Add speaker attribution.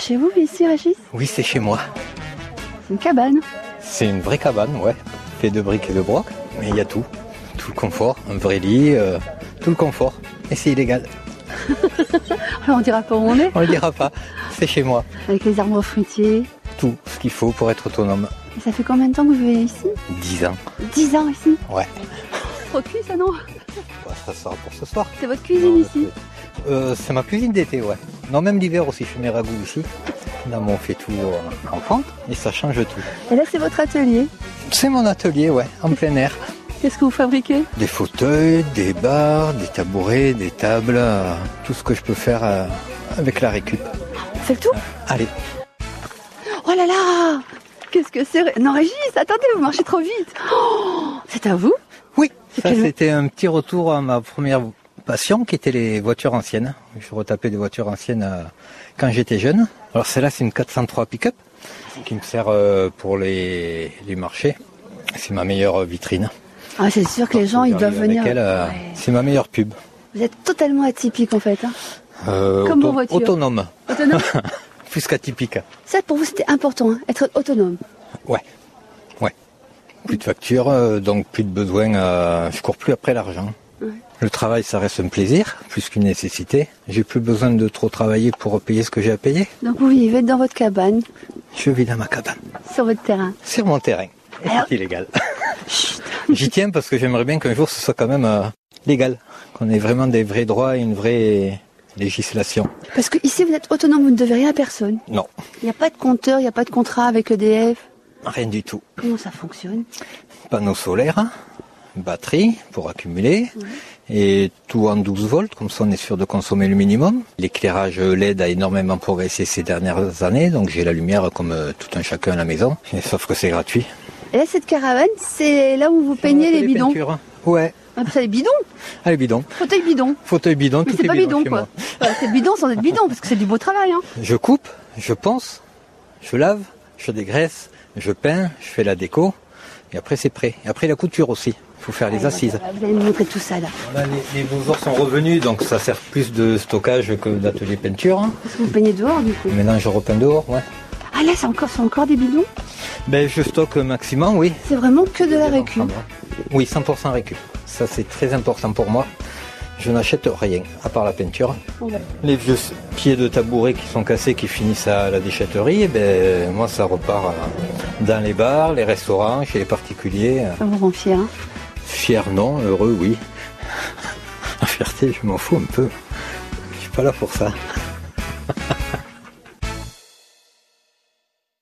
Speaker 1: Chez vous ici, Régis
Speaker 2: Oui, c'est chez moi.
Speaker 1: C'est une cabane.
Speaker 2: C'est une vraie cabane, ouais. Fait de briques et de broc, mais il y a tout. Tout le confort, un vrai lit, euh, tout le confort. Et c'est illégal.
Speaker 1: Alors on dira pas où on est.
Speaker 2: On le dira pas. C'est chez moi.
Speaker 1: Avec les arbres fruitiers.
Speaker 2: Tout ce qu'il faut pour être autonome.
Speaker 1: Et ça fait combien de temps que vous vivez ici
Speaker 2: 10 ans.
Speaker 1: 10 ans ici
Speaker 2: Ouais.
Speaker 1: Trop cul ça non
Speaker 2: Bah, ça sera pour ce soir.
Speaker 1: C'est votre cuisine
Speaker 2: Non,
Speaker 1: ici
Speaker 2: c'est- euh, C'est ma cuisine d'été, ouais. Non, même l'hiver aussi, je fais mes ragoûts ici. Là, on fait tout euh, en pente et ça change tout.
Speaker 1: Et là c'est votre atelier.
Speaker 2: C'est mon atelier, ouais, en plein air.
Speaker 1: Qu'est-ce que vous fabriquez
Speaker 2: Des fauteuils, des barres, des tabourets, des tables, euh, tout ce que je peux faire euh, avec la récup.
Speaker 1: C'est tout
Speaker 2: Allez,
Speaker 1: Oh là là Qu'est-ce que c'est Ré- Non Régis, attendez, vous marchez trop vite. Oh, c'est à vous
Speaker 2: oui,
Speaker 1: C'est
Speaker 2: ça
Speaker 1: quel-
Speaker 2: c'était un petit retour à ma première passion qui était les voitures anciennes. Je retapais des voitures anciennes euh, quand j'étais jeune. Alors celle-là c'est une 403 pick-up qui me sert euh, pour les, les marchés. C'est ma meilleure vitrine.
Speaker 1: Ah c'est sûr que les gens ils doivent
Speaker 2: Avec
Speaker 1: venir.
Speaker 2: elle, euh,
Speaker 1: Ouais.
Speaker 2: C'est ma meilleure pub.
Speaker 1: Vous êtes totalement atypique en fait. hein.
Speaker 2: Euh,
Speaker 1: Comme vos voitures.
Speaker 2: Autonome,
Speaker 1: Autonome.
Speaker 2: plus qu'atypique.
Speaker 1: Ça pour vous c'était important, hein, être autonome.
Speaker 2: Ouais, ouais. Plus de factures, euh, donc plus de besoin. euh, je cours plus après l'argent.
Speaker 1: Ouais.
Speaker 2: Le travail, ça reste un plaisir, plus qu'une nécessité. J'ai plus besoin de trop travailler pour payer ce que j'ai à payer.
Speaker 1: Donc vous vivez dans votre cabane,
Speaker 2: Je vis dans ma cabane,
Speaker 1: sur votre terrain.
Speaker 2: sur mon terrain. Et
Speaker 1: Alors-
Speaker 2: C'est illégal.
Speaker 1: Chut.
Speaker 2: J'y tiens parce que j'aimerais bien qu'un jour ce soit quand même euh, légal, qu'on ait vraiment des vrais droits et une vraie législation.
Speaker 1: Parce que ici vous êtes autonome, vous ne devez rien à personne.
Speaker 2: Non,
Speaker 1: Il n'y a pas de compteur, il n'y a pas de contrat avec EDF.
Speaker 2: rien du tout.
Speaker 1: Comment ça fonctionne
Speaker 2: panneau solaire, batterie pour accumuler, et tout en 12 volts, comme ça on est sûr de consommer le minimum. L'éclairage LED a énormément progressé ces dernières années, donc j'ai la lumière comme euh, tout un chacun à la maison, Et sauf que c'est gratuit.
Speaker 1: Et là, cette caravane, c'est là où vous peignez les bidons.
Speaker 2: peintures. Ouais,
Speaker 1: Ah, ça, les bidons
Speaker 2: ah, les bidons.
Speaker 1: Fauteuil bidon.
Speaker 2: Fauteuil bidon,
Speaker 1: Mais
Speaker 2: tout
Speaker 1: c'est
Speaker 2: est
Speaker 1: pas
Speaker 2: bidon
Speaker 1: bidon,
Speaker 2: chez
Speaker 1: quoi.
Speaker 2: moi.
Speaker 1: Enfin, c'est bidon sans être bidon, parce que c'est du beau travail. Hein.
Speaker 2: Je coupe, je pense, je lave, je dégraisse, je peins, je fais la déco, et après c'est prêt. Et après la couture aussi, faut
Speaker 1: Ah
Speaker 2: faire les assises.
Speaker 1: Vous allez me montrer tout ça, là.
Speaker 2: Là, les, Bah, les beaux-arts sont revenus, donc ça sert plus de stockage que d'atelier peinture. hein.
Speaker 1: Parce que vous peignez dehors, du coup.
Speaker 2: Maintenant, je repeins dehors, ouais.
Speaker 1: Ah, là, c'est encore, c'est encore des bidons
Speaker 2: Ben, je stocke au maximum, oui.
Speaker 1: C'est vraiment que de la récup.
Speaker 2: Oui, 100% récup. Ça, c'est très important pour moi. Je n'achète rien, à part la peinture.
Speaker 1: Bon, bah,
Speaker 2: Les vieux pieds de tabouret qui sont cassés, qui finissent à la déchetterie, eh ben, moi, ça repart euh, dans les bars, les restaurants, chez les particuliers.
Speaker 1: Ça vous rend fier. hein.
Speaker 2: Fier, non. Heureux, oui. La fierté, je m'en fous un peu. Je suis pas là pour ça.